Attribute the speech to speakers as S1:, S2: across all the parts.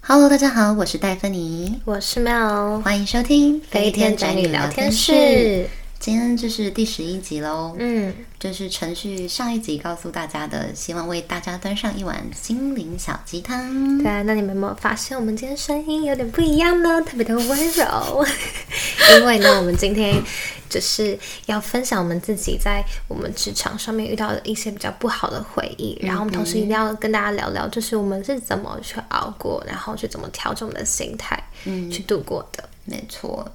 S1: Hello，大家好，我是戴芬妮，
S2: 我是妙，哦
S1: 欢迎收听《
S2: 飞天宅女聊天室。
S1: 今天这是第十一集喽，
S2: 嗯，
S1: 就是程序上一集告诉大家的，希望为大家端上一碗心灵小鸡汤。
S2: 对啊，那你们有没有发现我们今天声音有点不一样呢？特别的温 柔，因为呢，我们今天就是要分享我们自己在我们职场上面遇到的一些比较不好的回忆，然后我们同时一定要跟大家聊聊，就是我们是怎么去熬过，然后去怎么调整我们的心态，嗯，去度过的。
S1: 没错，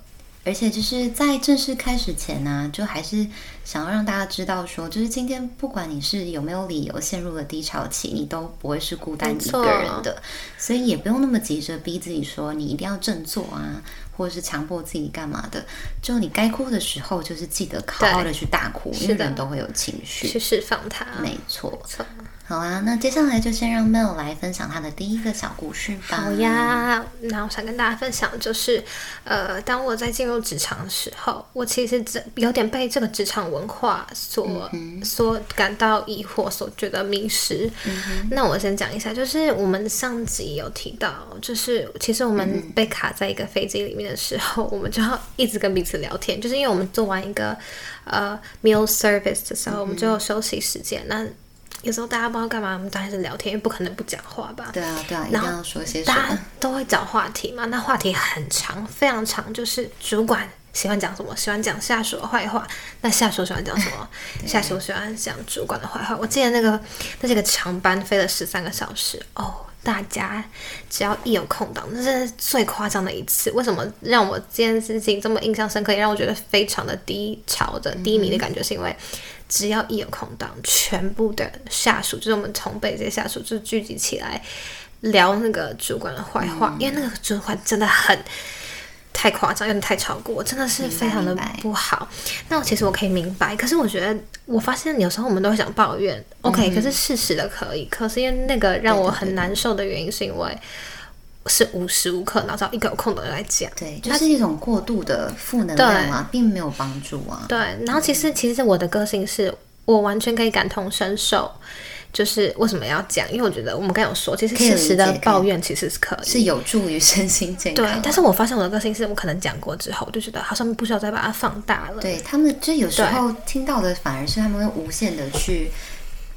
S1: 而且就是在正式开始前呢、就还是想要让大家知道说，就是今天不管你是有没有理由陷入了低潮期，你都不会是孤单
S2: 没
S1: 一
S2: 错
S1: 个人的，所以也不用那么急着逼自己说你一定要振作啊，或者是强迫自己干嘛的。就你该哭的时候，就是记得好好的去大哭，因为
S2: 是的
S1: 人都会有情绪。
S2: 去释放它，
S1: 没错，
S2: 错。
S1: 好啊，那接下来就先让 Mel 来分享他的第一个小故事吧。
S2: 好，呀，那我想跟大家分享的就是，呃，当我在进入职场的时候，我其实这有点被这个职场文化所、所感到疑惑，所觉得迷失。那我先讲一下，就是我们上集有提到，就是其实我们被卡在一个飞机里面的时候，我们就要一直跟彼此聊天，就是因为我们做完一个呃 meal service 的时候，我们就有休息时间。那有时候大家不知道干嘛，我们当然是聊天，因为不可能不讲话吧。
S1: 对啊，对啊，一定
S2: 然后
S1: 要说些什
S2: 大家
S1: 么？
S2: 都会找话题嘛，那话题很长，非常长，就是主管喜欢讲什么，喜欢讲下属的坏话，那下属喜欢讲什么，下属喜欢讲主管的坏话。我记得那个那是个长班，飞了十三个小时哦。大家只要一有空档，那真的是最夸张的一次。为什么让我这件事情这么印象深刻，也让我觉得非常的低潮
S1: 嗯
S2: 的、低迷的感觉？是因为只要一有空档，全部的下属，就是我们同辈这些下属，就聚集起来聊那个主管的坏话，
S1: 嗯
S2: 因为那个主管真的很太夸张，有点太超过，真的是非常的
S1: 明白明白
S2: 不好。那我其实我可以明白，可是我觉得我发现有时候我们都会想抱怨，OK，、可是适时的可以，可是因为那个让我很难受的原因，是因为是无时无刻，然后只要一个有空的人来讲。
S1: 对，就是一种过度的负能量啊，并没有帮助啊。
S2: 对，然后其实其实我的个性是我完全可以感同身受，就是为什么要讲？因为我觉得我们刚才有说，其实
S1: 可以理
S2: 适时的
S1: 解可以
S2: 抱怨其实是可以，
S1: 是有助于身心健康
S2: 对
S1: 啊。，
S2: 但是我发现我的个性是我可能讲过之后，我就觉得好像不需要再把它放大了。
S1: 对他们，就有时候听到的反而是他们会无限的去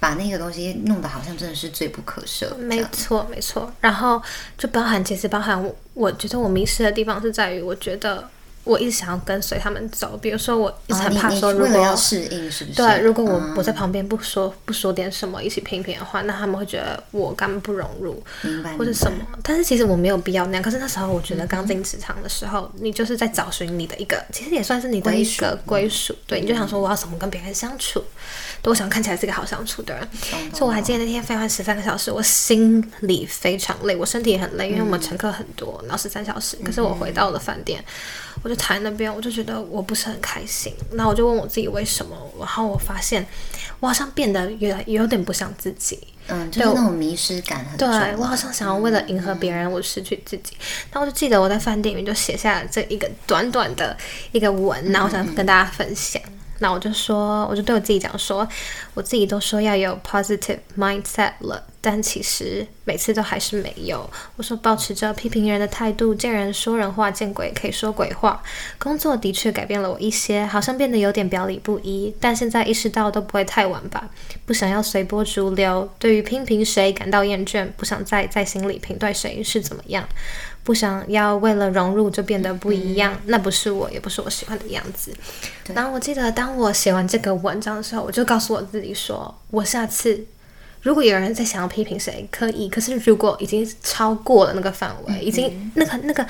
S1: 把那个东西弄得好像真的是罪不可赦。这
S2: 没
S1: 样
S2: 错，没错。然后就包含，其实包含我，我觉得我迷失的地方是在于，我觉得我一直想要跟随他们走。比如说，我一直
S1: 啊，
S2: 很
S1: 你
S2: 怕
S1: 你
S2: 说，如
S1: 为了
S2: 果、
S1: 要适应，是不是？
S2: 对，如果我
S1: 嗯
S2: 我在旁边不说不说点什么，一起拼一拼的话，那他们会觉得我根本不融入。
S1: 明白
S2: 或者
S1: 明白嗯
S2: 什么，但是其实我没有必要那样。可是那时候我觉得刚进职场的时候，你就是在找寻你的一个，其实也算是你的
S1: 归
S2: 一
S1: 属嗯
S2: 个归属。对，你就想说我要怎么跟别人相处，对我想看起来是个好相处的人。
S1: 懂
S2: 所以我还记得那天飞完十三个小时，我心里非常累，我身体也很累，因为我们乘客很多，
S1: 嗯
S2: 然后十三小时。可是我回到了饭店，我就躺在那边，我就觉得我不是很开心。那我就问我自己为什么，然后我发现我好像变得有点有点不像自己。
S1: 嗯，就是那种迷失感很重
S2: 对
S1: 啊。
S2: 我好像想要为了迎合别人，我失去自己。那我就记得我在饭店里面就写下了这一个短短的一个文，然后我想跟大家分享。那我就说，我就对我自己讲说，我自己都说要有 positive mindset 了，但其实每次都还是没有。我说保持着批评人的态度，见人说人话，见鬼可以说鬼话。工作的确改变了我一些，好像变得有点表里不一，但现在意识到都不会太晚吧。不想要随波逐流，对于批评谁感到厌倦，不想再在心里评断谁是怎么样，不想要为了融入就变得不一样，那不是我，也不是我喜欢的样子。然后我记得，当我写完这个文章的时候，我就告诉我自己说，我下次如果有人在想要批评谁，可以。可是如果已经超过了那个范围，已经那个那个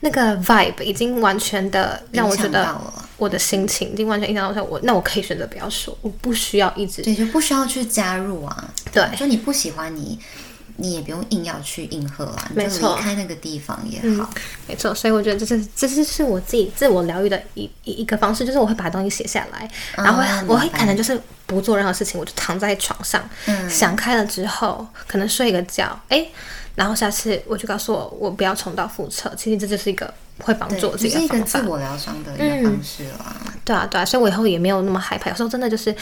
S2: 那个 vibe 已经完全的让我觉
S1: 影响
S2: 得
S1: 到了
S2: 我的心情已经完全影响到我，我那我可以选择不要说，我不需要一直
S1: 对，就不需要去加入啊。
S2: 对
S1: 就你不喜欢你，你也不用硬要去迎合啊，你
S2: 没
S1: 就
S2: 错嗯
S1: 离开那个地方也好。
S2: 没错，所以我觉得这是这是是我自己自我疗愈的一一一个方式，就是我会把东西写下来，然后会、
S1: 啊
S2: 我会
S1: 明白
S2: 可能就是不做任何事情，我就躺在床上、
S1: 嗯
S2: 想开了之后，可能睡一个觉，哎，然后下次我就告诉我我不要重蹈覆辙，其实这就是一个会帮
S1: 对，
S2: 助我自
S1: 只
S2: 己
S1: 是一
S2: 的
S1: 个
S2: 方法
S1: 自。我疗伤的一个方式啦。
S2: 对啊，对啊，所以我以后也没有那么害怕。有时候真的就是，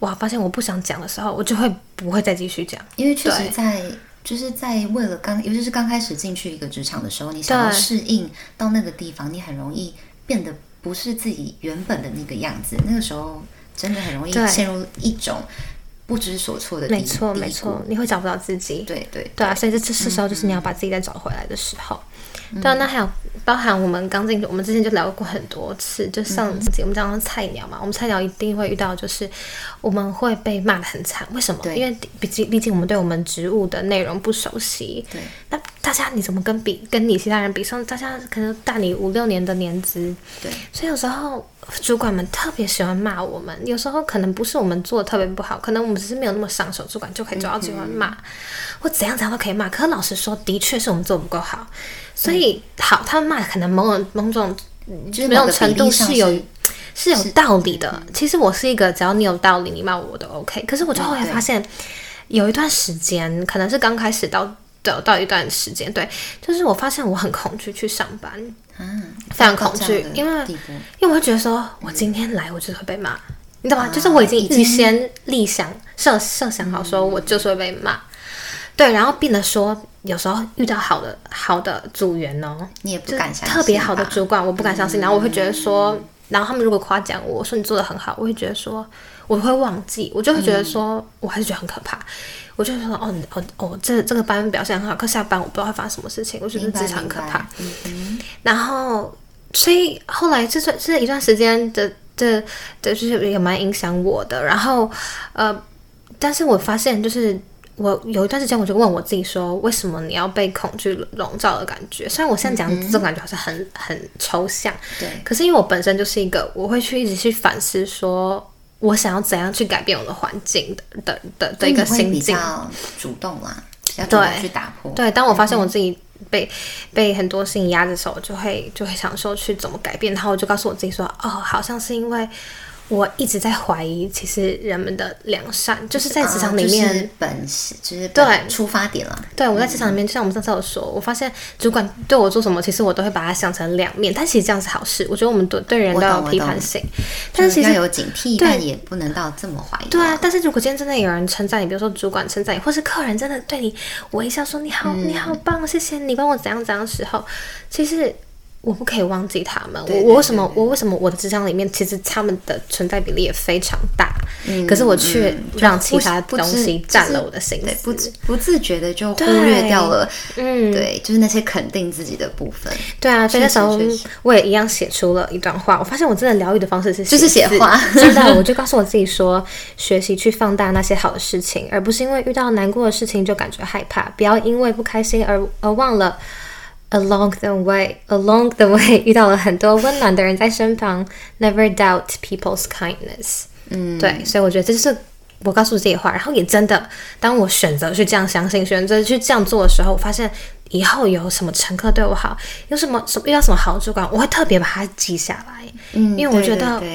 S2: 我发现我不想讲的时候，我就会不会再继续讲。
S1: 因为确实
S2: 对
S1: 在就是在为了刚，尤其是刚开始进去一个职场的时候，你想要
S2: 对
S1: 适应到那个地方，你很容易变得不是自己原本的那个样子。那个时候真的很容易
S2: 对
S1: 陷入一种不知所措的低
S2: 没错
S1: 低
S2: 没
S1: 谷
S2: 错，你会找不到自己。
S1: 对对
S2: 对啊，所以这这是时候就是你要
S1: 嗯
S2: 把自己再找回来的时候。对啊，那还有包含我们刚进去，我们之前就聊过很多次，
S1: 嗯
S2: 就上集我们讲到菜鸟嘛，我们菜鸟一定会遇到，就是我们会被骂得很惨，为什么？
S1: 对
S2: 因为毕竟毕竟我们对我们职务的内容不熟悉。
S1: 对，
S2: 那大家你怎么跟比跟你其他人比？上大家可能大你五六年的年资，
S1: 对，
S2: 所以有时候主管们特别喜欢骂我们，有时候可能不是我们做的特别不好，可能我们只是没有那么上手，主管就可以抓到喜欢骂，或怎样怎样都可以骂。可是老实说，的确是我们做得不够好，所以、好，他们骂可能某种某种
S1: 就是
S2: 嗯某
S1: 某
S2: 种
S1: 个
S2: 程
S1: 比
S2: 度
S1: 例上
S2: 是有。是有道理的。其实我是一个只要你有道理，你骂我我都 OK。可是我就后来
S1: 嗯对
S2: 发现，有一段时间，可能是刚开始到到到一段时间，对，就是我发现我很恐惧去上班，
S1: 啊，
S2: 非常恐惧
S1: 到这样的
S2: 因为
S1: 地步
S2: 因为我会觉得说，我今天来，我就是会被骂，你
S1: 啊
S2: 懂吗？就是我已经
S1: 已
S2: 预先立想设设想好，说我就是会被骂。对，然后变得说，有时候遇到好的好的组员哦，
S1: 你也不
S2: 就是
S1: 敢相信吧，嗯
S2: 特别好的主管，我不敢相信。然后我会觉得说，然后他们如果夸奖我我说你做的很好，我会觉得说，我会忘记，我就会
S1: 嗯
S2: 觉得说，我还是觉得很可怕。我就会说，哦你哦哦，这这个班表现很好，可下班我不知道会发生什么事情，我觉得
S1: 明白
S2: 职场很可怕。。
S1: 明白嗯
S2: 然后，所以后来这段这一段时间的的的，就是也蛮影响我的。然后，呃，但是我发现就是。我有一段时间，我就问我自己说，为什么你要被恐惧笼罩的感觉？虽然我现在讲这种感觉好像很、很抽象，
S1: 对
S2: 可是因为我本身就是一个我会去一直去反思，说我想要怎样去改变我的环境的的的的一个
S1: 所以你会
S2: 心境
S1: 比。较主动啦，比较主动
S2: 对
S1: 去打破。嗯
S2: 对，当我发现我自己被、被很多事情压着手，就会就会想说去怎么改变，然后我就告诉我自己说，哦，好像是因为我一直在怀疑，其实人们的良善，就是在职场里面。
S1: 啊就是本就是本
S2: 对
S1: 出发点啦，
S2: 对，我在职场里面，就像我们上次有说，我发现主管对我做什么，其实我都会把它想成两面，但其实这样是好事。我觉得我们对对人
S1: 我
S2: 都
S1: 懂
S2: 要
S1: 我
S2: 批
S1: 懂
S2: 判性，但是其
S1: 嗯要
S2: 实
S1: 有警惕，
S2: 对
S1: 但也不能到这么怀疑。
S2: 对啊，，但是如果今天真的有人称赞你，比如说主管称赞你，或是客人真的对你微笑说你好、
S1: 嗯
S2: 你好棒，谢谢你帮我怎样怎样的时候，其实我不可以忘记他们。
S1: 对
S2: 我
S1: 对
S2: 我为什么
S1: 对
S2: 我为什么我的职场里面其实他们的存在比例也非常大，可是我却让其他
S1: 嗯不
S2: 东
S1: 知
S2: 西
S1: 就
S2: 占
S1: 是
S2: 了我的心
S1: 对，不
S2: 思。
S1: 自不自觉的就忽略掉了，
S2: 嗯，
S1: 对，就是那些肯定自己的部分，
S2: 对啊，所以那时候
S1: 确实确实
S2: 我也一样写出了一段话。我发现我真的疗愈的方式是
S1: 就是写
S2: 字
S1: 话
S2: 真的，我就告诉我自己说，学习去放大那些好的事情，而不是因为遇到难过的事情就感觉害怕，不要因为不开心而而忘了。Along the way, along the way，遇到了很多温暖的人在身旁。Never doubt people's kindness。
S1: 嗯，
S2: 对，所以我觉得这就是我告诉自己的话，然后也真的，当我选择去这样相信，选择去这样做的时候，我发现以后有什么乘客对我好，有什么什么遇到什么好主管，我会特别把它记下来，
S1: 嗯，
S2: 因为我觉
S1: 对
S2: 得
S1: 对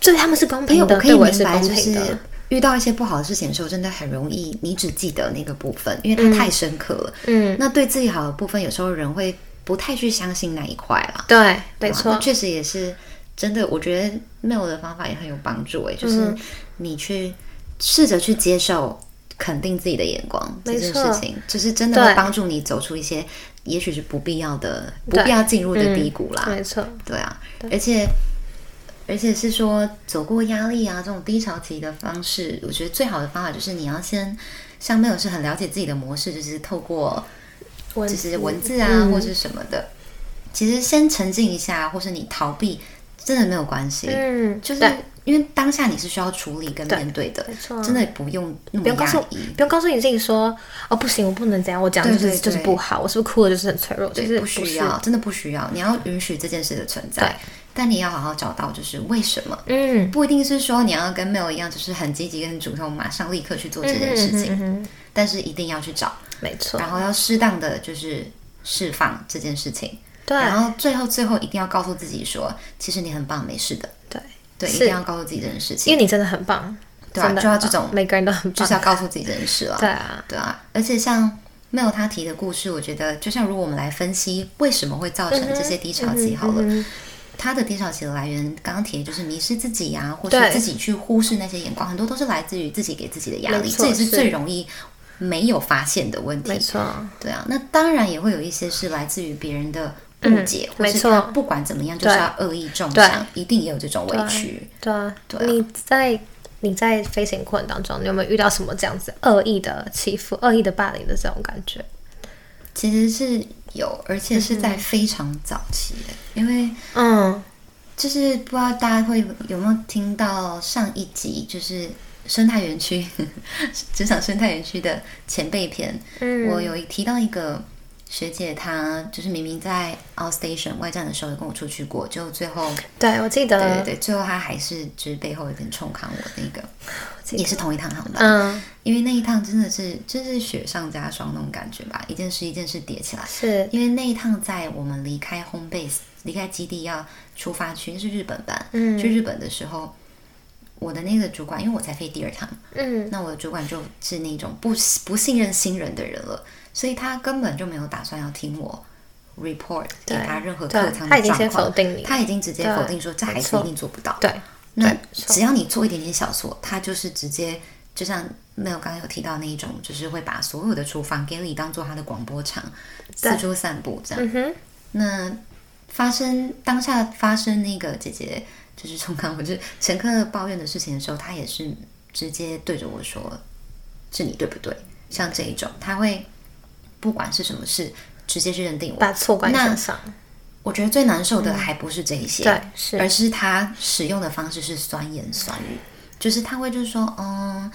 S1: 对
S2: 对他们是公
S1: 因为
S2: 平
S1: 我
S2: 的，
S1: 可以
S2: 对我也
S1: 明
S2: 是
S1: 白，
S2: 公
S1: 就
S2: 平
S1: 是
S2: 的。
S1: 遇到一些不好的事情的时候，真的很容易，你只记得那个部分，因为它太深刻了。
S2: 嗯，
S1: 那对自己好的部分，有时候人会不太去相信那一块啦。
S2: 对，没
S1: 对吧
S2: 错
S1: 那，确实也是真的。我觉得 mail 的方法也很有帮助诶、
S2: 嗯
S1: 就是你去试着去接受、肯定自己的眼光这
S2: 没
S1: 件
S2: 错
S1: 事情，就是真的
S2: 对
S1: 会帮助你走出一些也许是不必要的、不必要进入
S2: 嗯
S1: 的低谷啦。
S2: 没错，
S1: 对啊，而且而且是说走过压力啊这种低潮期的方式，我觉得最好的方法就是你要先像没有是很了解自己的模式，就是透过
S2: 我
S1: 就是文字啊、
S2: 嗯
S1: 或是什么的，其实先沉浸一下，或是你逃避，真的没有关系，
S2: 嗯，
S1: 就是
S2: 对
S1: 因为当下你是需要处理跟面对的
S2: 没，错啊
S1: 真的不用那么
S2: 不用告诉
S1: 压
S2: 我
S1: 抑。
S2: 不用告诉你自己说哦不行，我不能怎样，我讲就是
S1: 对对
S2: 就是
S1: 对
S2: 不好，我是不是哭了就是很脆弱，就
S1: 对
S2: 是
S1: 不需
S2: 是
S1: 要，真的不需要。你要允许这件事的存
S2: 对
S1: 在，但你也要好好找到，就是为什么
S2: 嗯，
S1: 不一定是说你要跟 Mel 一样，就是很积极、很主动，马上立刻去做这件事情，
S2: 嗯哼嗯哼
S1: 但是一定要去找，
S2: 没错，
S1: 然后要适当的就是释放这件事情，
S2: 对
S1: 然后最后最后一定要告诉自己说，其实你很棒，没事的，
S2: 对，
S1: 对，
S2: 是
S1: 一定要告诉自己这件事情，
S2: 因为你真的很棒，
S1: 对啊
S2: 真的
S1: 就要这
S2: 很棒
S1: 种
S2: 每个人都很棒，
S1: 就是要告诉自己这件事了，
S2: 对啊，
S1: 对啊，而且像 Mel 他提的故事，我觉得就像如果我们来分析为什么会造成这些低潮期好了，
S2: 嗯
S1: 他的低潮期的来源，刚刚提的就是迷失自己啊呀、或是
S2: 对
S1: 自己去忽视那些眼光，很多都是来自于自己给自己的压
S2: 没
S1: 力，
S2: 错
S1: 这也是
S2: 是
S1: 最容易没有发现的问题
S2: 没。错，
S1: 对啊，那当然也会有一些是来自于别人的误解，
S2: 嗯
S1: 或
S2: 没
S1: 是
S2: 错
S1: 他不管怎么样就是要恶意中
S2: 对
S1: 伤，一定也有这种委屈。
S2: 对啊，
S1: 对啊
S2: 你在你在飞行过程当中，你有没有遇到什么这样子恶意的欺负、恶意的霸凌的这种感觉？
S1: 其实是有，而且是在非常早期的，因为
S2: 嗯，
S1: 就是不知道大家会有没有听到上一集就是。生态园区， 职场生态园区的前辈篇，
S2: 嗯
S1: 我有提到一个学姐，她就是明明在 outstation 外站的时候有跟我出去过，就最后
S2: 对，我记得，
S1: 对对对，最后她还是就是背后有点冲康我那个，
S2: 记得
S1: 也是同一趟航班，
S2: 嗯，
S1: 因为那一趟真的是真是雪上加霜那种感觉吧，一件事一件事叠起来。
S2: 是，
S1: 因为那一趟在我们离开 home base、离开基地要出发去，那是日本班。
S2: 嗯
S1: 去日本的时候，我的那个主管，因为我才飞第二趟，
S2: 嗯，
S1: 那我的主管就是那种不不信任新人的人了，所以他根本就没有打算要听我 report 给
S2: 对
S1: 他任何
S2: 对
S1: 客舱
S2: 他
S1: 的
S2: 已经
S1: 状
S2: 先
S1: 况
S2: 否定你
S1: 他已经直接
S2: 对
S1: 否定说这
S2: 没
S1: 孩子
S2: 错
S1: 一定做不到。
S2: 对，
S1: 那
S2: 对没错
S1: 只要你做一点点小错，他就是直接就像那我刚刚有提到那一种，就是会把所有的厨房给你当做他的广播场，
S2: 对
S1: 四处散步这样。
S2: 嗯哼，
S1: 那发生当下发生那个姐姐就是冲康，我就是乘客抱怨的事情的时候，她也是直接对着我说：“是你对不对？”像这一种，她会不管是什么事，直接去认定我。
S2: 把错怪你身上，嗯
S1: 我觉得最难受的还不是这一些，
S2: 对是
S1: 而是他使用的方式是酸言酸语，就是他会就是说，嗯，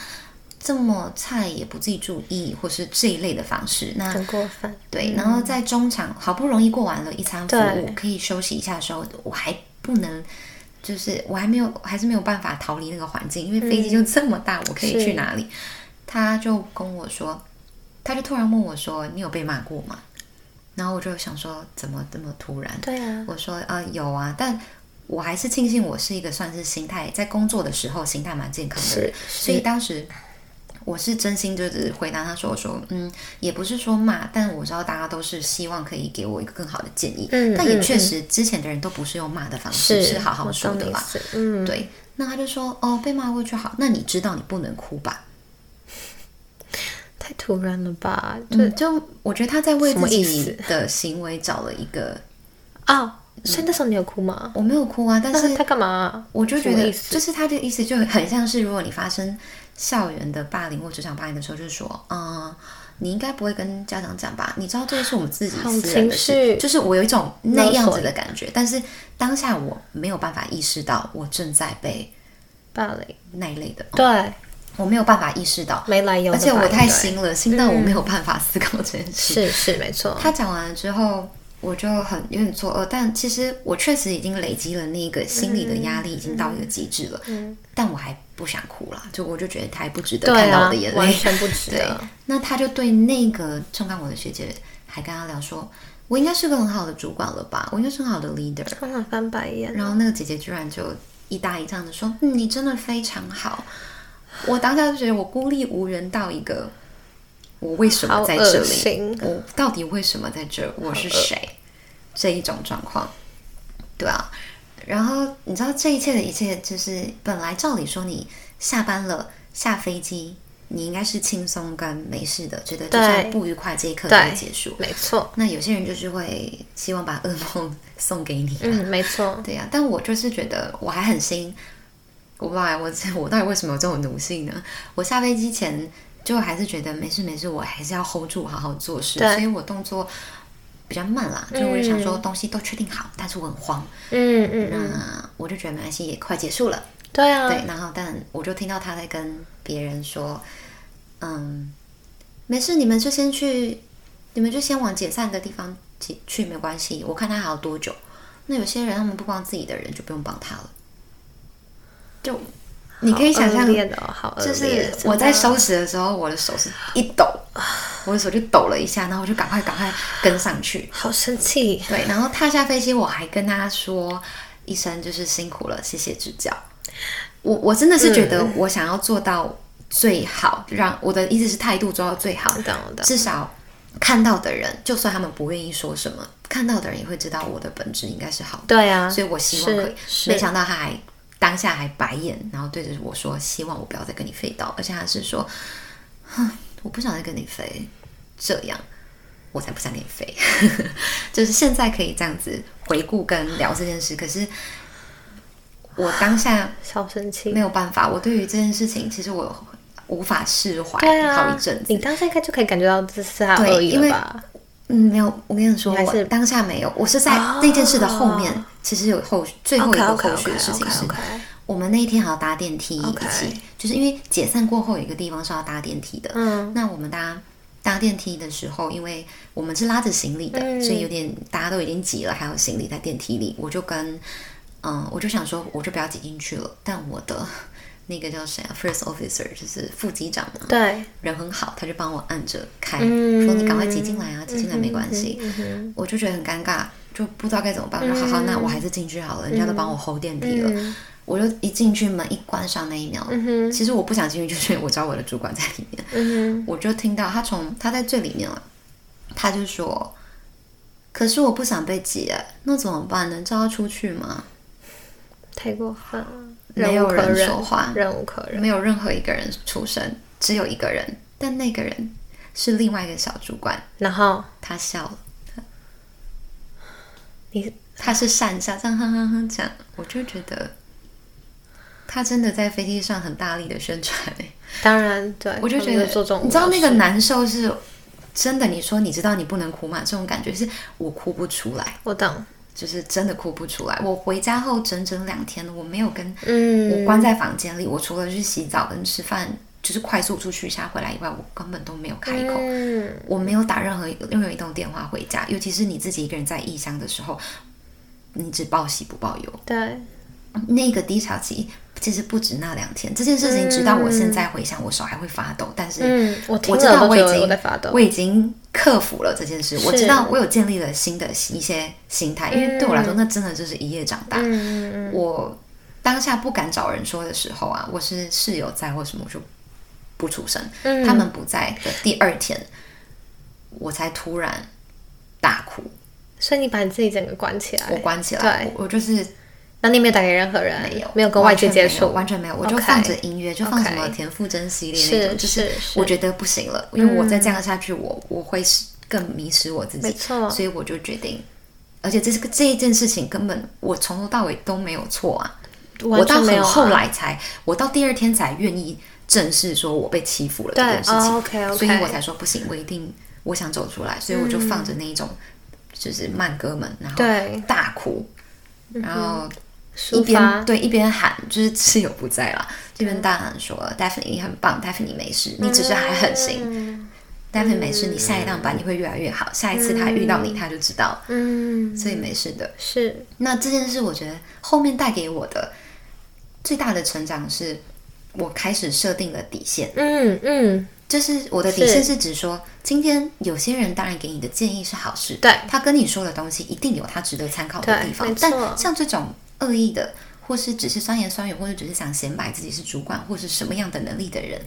S1: 这么菜也不自己注意，或是这一类的方式。那
S2: 很过分，
S1: 对，然后在中场好不容易过完了一餐服务
S2: 嗯对，
S1: 可以休息一下的时候，我还不能，就是我还没有，还是没有办法逃离那个环境，因为飞机就这么大，我可以
S2: 是
S1: 去哪里？他就跟我说，他就突然问我说：“你有被骂过吗？”然后我就想说，怎么这么突然？
S2: 对啊，
S1: 我说呃有啊，但我还是庆幸我是一个算是心态在工作的时候心态蛮健康的人，
S2: 是
S1: 所以当时我是真心就是回答他说，我说嗯，也不是说骂，但我知道大家都是希望可以给我一个更好的建议，
S2: 嗯
S1: 但也
S2: 嗯
S1: 确实之前的人都不是用骂的方式，是好好说的啦，，
S2: 我懂你意思嗯，
S1: 对。那他就说哦，被骂过就好，那你知道你不能哭吧？
S2: 太突然了吧？就
S1: 嗯，就我觉得他在为
S2: 什
S1: 自
S2: 么意
S1: 己的行为找了一个，
S2: 哦，所以那时候你有哭吗？
S1: 我没有哭啊，但
S2: 那
S1: 是
S2: 他干嘛？
S1: 我就觉
S2: 什么
S1: 得，
S2: 意思
S1: 就是他的意思就很像是，如果你发生校园的霸凌或职场霸凌的时候，就是说，嗯，你应该不会跟家长讲吧？你知道这是我们自己
S2: 好
S1: 私人的
S2: 情
S1: 事
S2: 绪，
S1: 就是我有一种那
S2: 勒索
S1: 样子的感觉，但是当下我没有办法意识到我正在被
S2: 霸凌？
S1: 那一类的，
S2: 对，
S1: 我没有办法意识到，
S2: 没来由
S1: 而
S2: 的
S1: 且
S2: 霸凌，
S1: 我太
S2: 对
S1: 新了，新到我没有办法思考这件事。
S2: 是是没错，
S1: 他讲完了之后，我就很有点错愕，但其实我确实已经累积了那个心理的压
S2: 嗯
S1: 力，已经到一个极致了。但我还不想哭啦，就我就觉得他还不值得
S2: 对
S1: 看到
S2: 啊
S1: 我的眼，
S2: 完
S1: 泪。
S2: 全不值
S1: 对
S2: 得。，
S1: 那他就对那个冲看我的学姐还跟他聊说，我应该是个很好的主管了吧，我应该是很好的 leader。
S2: 通常翻白眼，
S1: 然后那个姐姐居然就一搭一唱的说：“嗯，你真的非常好。”我当下就觉得我孤立无援到一个，我为什么
S2: 好
S1: 在这
S2: 恶
S1: 里
S2: 心？
S1: 我到底为什么在这？我是谁？这一种状况，对啊。然后你知道这一切的一切，就是本来照理说你下班了下飞机，你应该是轻松跟没事的，觉得就
S2: 对
S1: 算不愉快这一刻可以
S2: 对，
S1: 结束。
S2: 没错，
S1: 那有些人就是会希望把噩梦 送给你、啊，
S2: 嗯，没错，
S1: 对呀、啊但我就是觉得我还很新，我不知道哎我这我到底为什么有这种奴性呢？我下飞机前就还是觉得没事没事，我还是要 hold 住，好好做事，
S2: 对
S1: 所以我动作比较慢啦。就我就想说东西都确定好，但是我很慌，
S2: 嗯嗯嗯，
S1: 那我就觉得没关系，也快结束了。
S2: 对啊，
S1: 对，嗯然后但我就听到他在跟别人说，嗯，没事，你们就先去，你们就先往解散的地方去，去没关系，我看他还要多久。那有些人他们不帮自己的人，就不用帮他了。就你可以想象
S2: 恶，劣的哦，好恶
S1: 就
S2: 劣
S1: 是我在
S2: 真的
S1: 收拾的时候，我的手是一抖，我的手就抖了一下，然后我就赶快赶快跟上去。
S2: 好生气，
S1: 对，然后踏下飞机，我还跟他说一声就是辛苦了，谢谢指教。我我真的是觉得我想要做到最好，让我的意思是态度做到最好
S2: 我，懂我懂
S1: 至少看到的人，就算他们不愿意说什么，看到的人也会知道我的本质应该是好的，
S2: 对啊，
S1: 所以我希望可以。
S2: 是
S1: 没
S2: 是
S1: 想到他还当下还白眼，然后对着我说希望我不要再跟你废到，而且他是说，哼，我不想再跟你飞，这样我才不想跟你飞。 就是现在可以这样子回顾跟聊这件事，可是我当下
S2: 小生气
S1: 没。有办法，我对于这件事情，其实我无法释怀
S2: 对啊，
S1: 好一阵子
S2: 你。当下应该就可以感觉到这是他
S1: 对
S2: 恶意
S1: 因
S2: 了
S1: 为
S2: 吧？
S1: 嗯，没有，我跟你说，
S2: 你还是啊
S1: 我当下没有，我是在那件事的后面，其实有后最后一
S2: OK
S1: 个
S2: OK
S1: 后续
S2: OK
S1: 的事
S2: OK
S1: 情是
S2: OK，
S1: 我们那一天还要搭电梯一起
S2: OK
S1: 就是因为解散过后有一个地方是要搭电梯的。
S2: 嗯，
S1: 那我们搭搭电梯的时候，因为我们是拉着行李的，
S2: 嗯
S1: 所以有点大家都已经挤了，还有行李在电梯里，我就跟嗯，我就想说我就不要挤进去了，但我的那个叫谁啊，first officer 就是副机长啊嘛，
S2: 对，
S1: 人很好，他就帮我按着开，
S2: 嗯
S1: 说你赶快挤进来啊，挤进来没关系。
S2: 嗯哼嗯
S1: 我就觉得很尴尬，就不知道该怎么办。我说好好，那我还是进去好了，人家都帮我 hold 电梯了。我就一进去门一关上那一秒，
S2: 嗯哼
S1: 其实我不想进去，就是因为我知道我的主管在里面。
S2: 嗯
S1: 我就听到他从他在最里面了，他就说：“可是我不想被挤，那怎么办呢？叫他出去吗
S2: 哼，太过分了，
S1: 没有
S2: 忍无可
S1: 人
S2: 忍
S1: 说话
S2: 忍无可？”忍。
S1: 没有任何一个人出声，只有一个人，但那个人是另外一个小主管，
S2: 然后
S1: 他笑了。
S2: 你
S1: 他是善下这样哼哼哼讲，我就觉得他真的在飞机上很大力的宣传、欸，
S2: 当然对，
S1: 我就
S2: 他
S1: 觉
S2: 们
S1: 得
S2: 做这种，
S1: 你知道那个，难受是真的，你说你知道你不能哭嘛，这种感觉是我哭不出来，
S2: 我懂，
S1: 就是真的哭不出来。我回家后整整两天，我没有跟
S2: 嗯，
S1: 我关在房间里，我除了去洗澡跟吃饭，就是快速出去一下回来以外，我根本都没有开口。
S2: 嗯，
S1: 我没有打任何任何一通电话回家，尤其是你自己一个人在异乡的时候，你只报喜不报忧。
S2: 对，
S1: 那个低潮期其实不止那两天，这件事情直到我现在回想，我手还会发抖。但是，
S2: 嗯我听
S1: 知
S2: 了
S1: 道
S2: 都
S1: 我
S2: 觉
S1: 已
S2: 得
S1: 经
S2: 我在发抖
S1: 我已经克服了这件事。我
S2: 是
S1: 知道我有建立了新的一些心态，因为对我来说，那真的就是一夜长大。
S2: 嗯嗯嗯
S1: 我当下不敢找人说的时候啊，我是室友在或什么，我就不出声。
S2: 嗯
S1: 他们不在的第二天，我才突然大哭，
S2: 所以你把你自己整个关起来，
S1: 我关起来，
S2: 对
S1: 我我就是
S2: 那你没有打给任何人，
S1: 没有
S2: 没有跟外界
S1: 完全
S2: 接
S1: 没有
S2: 触，
S1: 完全没有，我
S2: OK
S1: 就放着音乐，就放什么
S2: OK
S1: 田馥甄系列那种，
S2: 是
S1: 就是
S2: 是是
S1: 我觉得不行了，因为我再这样下去，我我会是更迷失我自己，
S2: 没错
S1: 所以我就决定。而且这是个这一件事情，根本我从头到尾都没有错啊！我
S2: 完
S1: 到
S2: 全没有
S1: 很
S2: 啊
S1: 后来才，我到第二天才愿意正视说我被欺负了这
S2: 对
S1: 件事情，
S2: 哦，OK，OK
S1: 所以我才说不行，我一定我想走出来，所以我就放着那一种、就是慢歌们，然后
S2: 嗯对嗯
S1: 大哭，然后一
S2: 抒
S1: 边
S2: 发，
S1: 对一边喊，就是室友不在啦，这边大喊说 d a p h n e 很棒 d a p h n e 没事，你只是还很行、
S2: 嗯
S1: d a p h n e 没事，你下一档班你会越来越好，下一次他遇到你他就知道，
S2: 嗯，
S1: 所以没事的。
S2: 是
S1: 那这件事，我觉得后面带给我的最大的成长是，我开始设定了底线。
S2: 嗯嗯，
S1: 就是我的底
S2: 是
S1: 线是指说，今天有些人当然给你的建议是好事，
S2: 对
S1: 他跟你说的东西一定有他值得参考的
S2: 对
S1: 地方
S2: 没，
S1: 但
S2: 错
S1: 像这种恶意的，或是只是酸言酸语，或者只是想显摆自己是主管或是什么样的能力的人，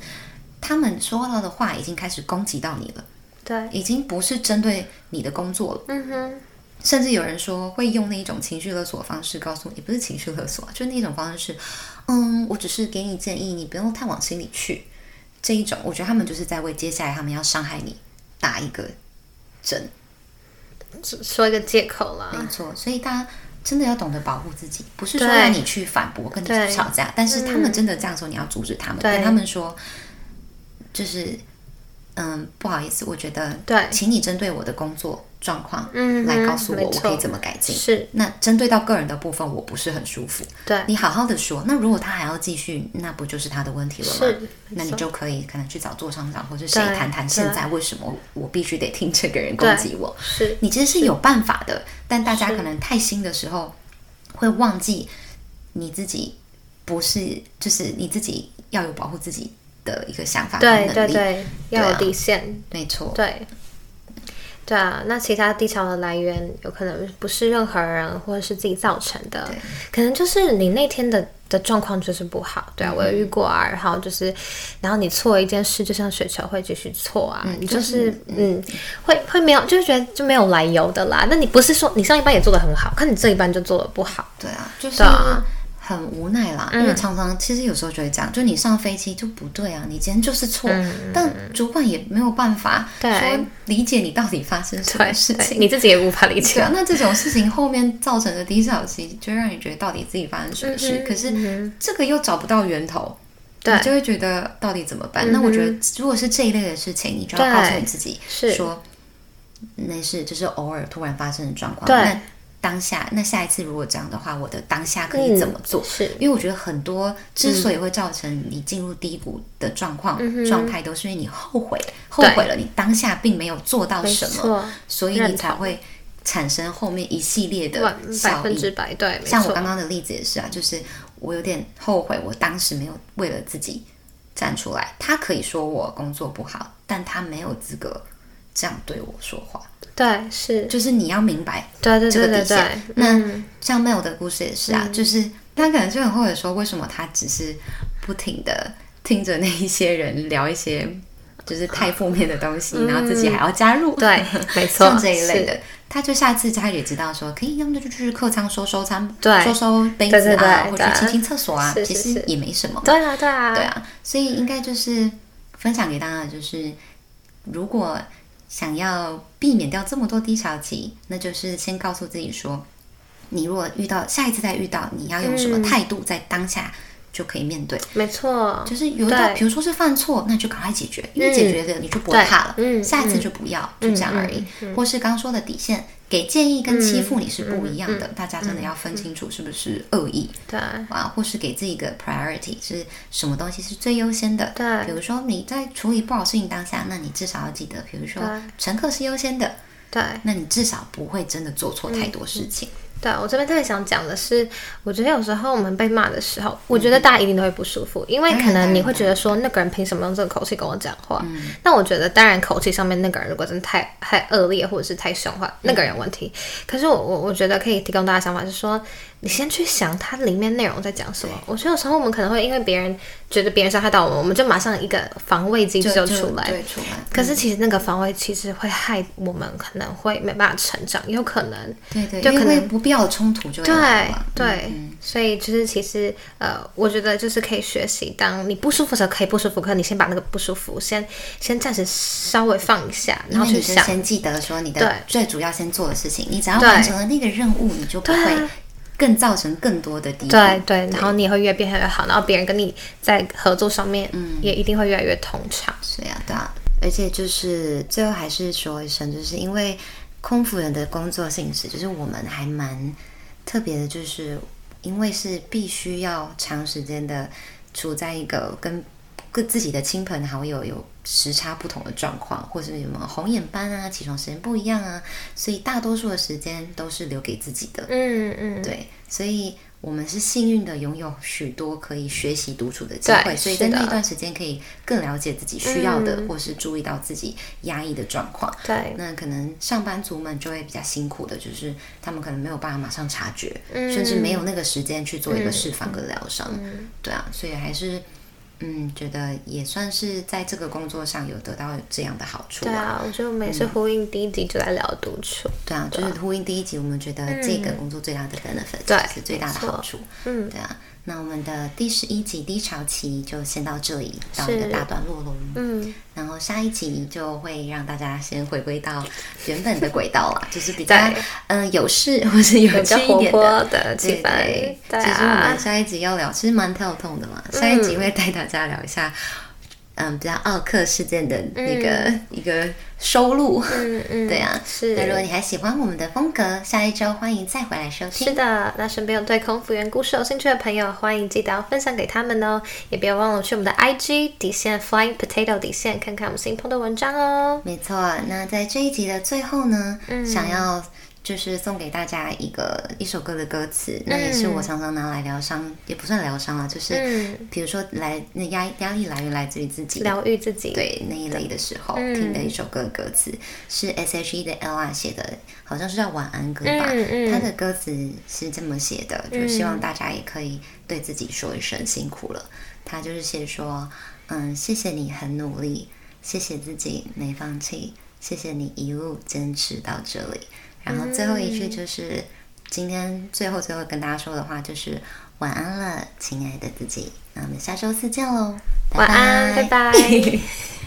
S1: 他们说到的话已经开始攻击到你了，
S2: 对，
S1: 已经不是针对你的工作了，
S2: 嗯哼，
S1: 甚至有人说会用那一种情绪勒索的方式告诉你，不是情绪勒索啊，就是那种方式是，嗯，我只是给你建议，你不用太往心里去。这一种，我觉得他们就是在为接下来他们要伤害你打一个针，
S2: 只说一个借口啦，
S1: 没错。所以大家真的要懂得保护自己，不是说
S2: 对
S1: 让你去反驳跟你
S2: 对
S1: 吵架，但是他们真的这样说，你要阻止他们，
S2: 对
S1: 跟他们说，就是嗯，不好意思，我觉得，
S2: 对
S1: 请你针对我的工作状况，
S2: 嗯哼
S1: 来告诉
S2: 没
S1: 我我
S2: 错
S1: 可以怎么改进。
S2: 是
S1: 那针对到个人的部分，我不是很舒服。
S2: 对，
S1: 你好好的说，那如果他还要继续，那不就是他的问题了
S2: 是
S1: 吗
S2: 没错？
S1: 那你就可以可能去找座上长或是谁
S2: 对
S1: 谈谈，
S2: 对
S1: 现在为什么我必须得听这个人攻击我？
S2: 是
S1: 你其实是有办法的，但大家
S2: 是
S1: 可能太新的时候会忘记你自己不是，就是你自己要有保护自己的一个想法跟能
S2: 对
S1: 力。
S2: 对对，
S1: 对
S2: 要有
S1: 啊
S2: 底线，
S1: 没错。
S2: 对。对啊，那其他低潮的来源有可能不是任何人或者是自己造成的
S1: 对，
S2: 可能就是你那天的的状况就是不好。对啊，我有遇过啊，然后就是，然后你错了一件事，就像雪球会继续错啊，你就是嗯，会会没有，就是觉得就没有来由的啦。那你不是说你上一班也做得很好，看你这一班就做得不好，嗯
S1: 对啊，就是
S2: 对啊
S1: 很无奈啦，因为常常其实有时候就会这样，就你上飞机就不对啊，你今天就是错，但主管也没有办法
S2: 嗯对
S1: 说理解你到底发生什么
S2: 对，
S1: 事
S2: 对
S1: 情。
S2: 你自己也无法理解
S1: 对。啊，那这种事情后面造成的低潮期，就会让你觉得到底自己发生什么事，
S2: 嗯哼
S1: 可是这个又找不到源头，
S2: 对嗯
S1: 你就会觉得到底怎么办？那我觉得如果是这一类的事情，你就要
S2: 对
S1: 告诉你自己
S2: 是
S1: 说，那是就是偶尔突然发生的状况。
S2: 对
S1: 那当下，那下一次如果这样的话，我的当下可以怎么做？
S2: 嗯是
S1: 因为我觉得很多之所以会造成你进入低谷的状况、
S2: 嗯
S1: 状态，都是因为你后悔，后悔了，你当下并啊没有做到
S2: 没
S1: 什么，
S2: 错，
S1: 所以你
S2: 认同
S1: 才会产生后面一系列
S2: 百
S1: 的
S2: 百
S1: 效
S2: 分之
S1: 应。
S2: 百对，没
S1: 像我
S2: 错，
S1: 刚刚的例子也是啊，就是我有点后悔，我当时没有为了自己站出来。他可以说我工作不好，但他没有资格这样对我说话。
S2: 对是，
S1: 就是你要明白
S2: 对对
S1: 这
S2: 对
S1: 个底
S2: 对对嗯
S1: 线。，那像 Mel 的故事也是啊，就是他可能就很后悔说，为什么他只是不停的听着那一些人聊一些就是太负面的东西，然后自己还要加入，
S2: 对，没错，
S1: 像这一类
S2: 是
S1: 的，他就下次他也知道说，可以，要么就去客舱收收餐，
S2: 对
S1: 收收杯
S2: 对
S1: 子
S2: 对
S1: 啊，
S2: 对
S1: 或
S2: 对
S1: 者去清清厕所啊，
S2: 是
S1: 其
S2: 是
S1: 实
S2: 是
S1: 也没什么嘛。
S2: 对啊，对啊，
S1: 对啊，所以应该就是分享给大家，的就是如果想要避免掉这么多低潮期，那就是先告诉自己说，你如果遇到下一次再遇到，你要用什
S2: 嗯
S1: 么态度在当下就可以面对。
S2: 没错，
S1: 就是有一道，
S2: 对
S1: 比如说是犯错，那就赶快解决，因为解决了你就不会
S2: 对
S1: 怕了，
S2: 嗯
S1: 下一次就不要，就这样而已。或是刚说的底线，给建议跟欺负你是不一
S2: 嗯
S1: 样的，大家真的要分清楚是不是恶意。
S2: 对
S1: 啊，或是给自己一个 priority，就是什么东西是最优先的。
S2: 对
S1: 比如说你在处理不好事情当下，那你至少要记得，比如说
S2: 对
S1: 乘客是优先的，
S2: 对。
S1: 那你至少不会真的做错太多事情。
S2: 对我这边特别想讲的是，我觉得有时候我们被骂的
S1: 嗯
S2: 时候，我觉得大家一定都会不舒服，因为可能你会觉得说那个人凭什么用这个口气跟我讲话？
S1: 嗯
S2: 那我觉得当然口气上面那个人如果真的太太恶劣或者是太凶的话，那个人有问题。
S1: 嗯
S2: 可是我我我觉得可以提供大家想法是说，你先去想它里面内容在讲什么。我觉得有时候我们可能会因为别人觉得别人伤害到我们，我们就马上一个防卫机制
S1: 就
S2: 嗯出来，
S1: 对，出来。
S2: 可是其实那个防卫其实会害我们，可能会没办法成长，有可能。
S1: 对对，
S2: 就
S1: 因
S2: 可
S1: 为
S2: 能
S1: 不必要的冲突就会
S2: 对
S1: 来了。嗯
S2: 对，嗯所以就是其实呃，我觉得就是可以学习，当你不舒服的时候可以不舒服，可是你先把那个不舒服先先暂时稍微放一下，然
S1: 因
S2: 后
S1: 为
S2: 去
S1: 你就
S2: 想。
S1: 先记得说你的
S2: 对
S1: 最主要先做的事情，你只要
S2: 对
S1: 完成了那个任务，你就不
S2: 对啊
S1: 会更造成更多的敌意。
S2: 对对，然后你也会越变越好，然后别人跟你在合作上面，也一定会越来越通畅。
S1: 是呀、对啊，而且就是最后还是说一声，就是因为空服人的工作性质，就是我们还蛮特别的，就是因为是必须要长时间的处在一个跟跟自己的亲朋好友有时差不同的状况，或者有什么红眼班啊、起床时间不一样啊，所以大多数的时间都是留给自己的。
S2: 嗯嗯，
S1: 对，所以我们是幸运的拥有许多可以学习独处的机会，
S2: 对
S1: 所以
S2: 是
S1: 在
S2: 的
S1: 那段时间可以更了解自己需要的，或是注意到自己压抑的状况。
S2: 对
S1: 那可能上班族们就会比较辛苦的，就是他们可能没有办法马上察觉，甚至没有那个时间去做一个释放跟疗伤。对啊，所以还是。嗯，觉得也算是在这个工作上有得到这样的好处
S2: 对
S1: 啊。
S2: 啊，我觉得我们也是呼应第一集就在聊独处。
S1: 对啊，就是呼应第一集，我们觉得这个工作最大的 benefit，、
S2: 嗯对
S1: 是最大的好处。嗯，对啊。那我们的第十一集低潮期就先到这里，到一个大段落喽。
S2: 嗯，
S1: 然后下一集就会让大家先回归到原本的轨道啦，就是比较
S2: 对
S1: 嗯、呃有事或是有
S2: 比
S1: 趣
S2: 较
S1: 一
S2: 活
S1: 点
S2: 泼
S1: 的。
S2: 的气
S1: 对
S2: 氛，
S1: 对，
S2: 对
S1: 其实我
S2: 啊
S1: 们，下一集要聊，其实蛮跳痛的嘛。下一集会带大家聊一下，嗯，比较奥克事件的那个、一个收录。
S2: 嗯嗯，
S1: 对啊，
S2: 是
S1: 那如果你还喜欢我们的风格，下一周欢迎再回来收听。
S2: 是的，那身边有对空服员故事有兴趣的朋友，欢迎记得要分享给他们哦，也别忘了去我们的 IG 底线 Flying Potato 底线看看我们新 p 的文章哦。
S1: 没错。那在这一集的最后呢，想要就是送给大家一个一首歌的歌词，那也是我常常拿来疗伤，也不算疗伤啊，就是、
S2: 嗯
S1: 比如说来那压压力来源来自于自己。
S2: 疗愈自己，
S1: 对那一类的时候、
S2: 嗯
S1: 听的一首歌的歌词是 S.H.E 的 Ella 写的，好像是叫《晚安歌》吧。
S2: 嗯嗯
S1: 他的歌词是这么写的，就是希望大家也可以对自己说一声辛苦了。他就是写说，嗯，谢谢你很努力，谢谢自己没放弃，谢谢你一路坚持到这里。然后最后一句就是。今天最后最后跟大家说的话就是晚安了，亲爱的自己。那我们下周四见喽，拜
S2: 晚安，拜拜。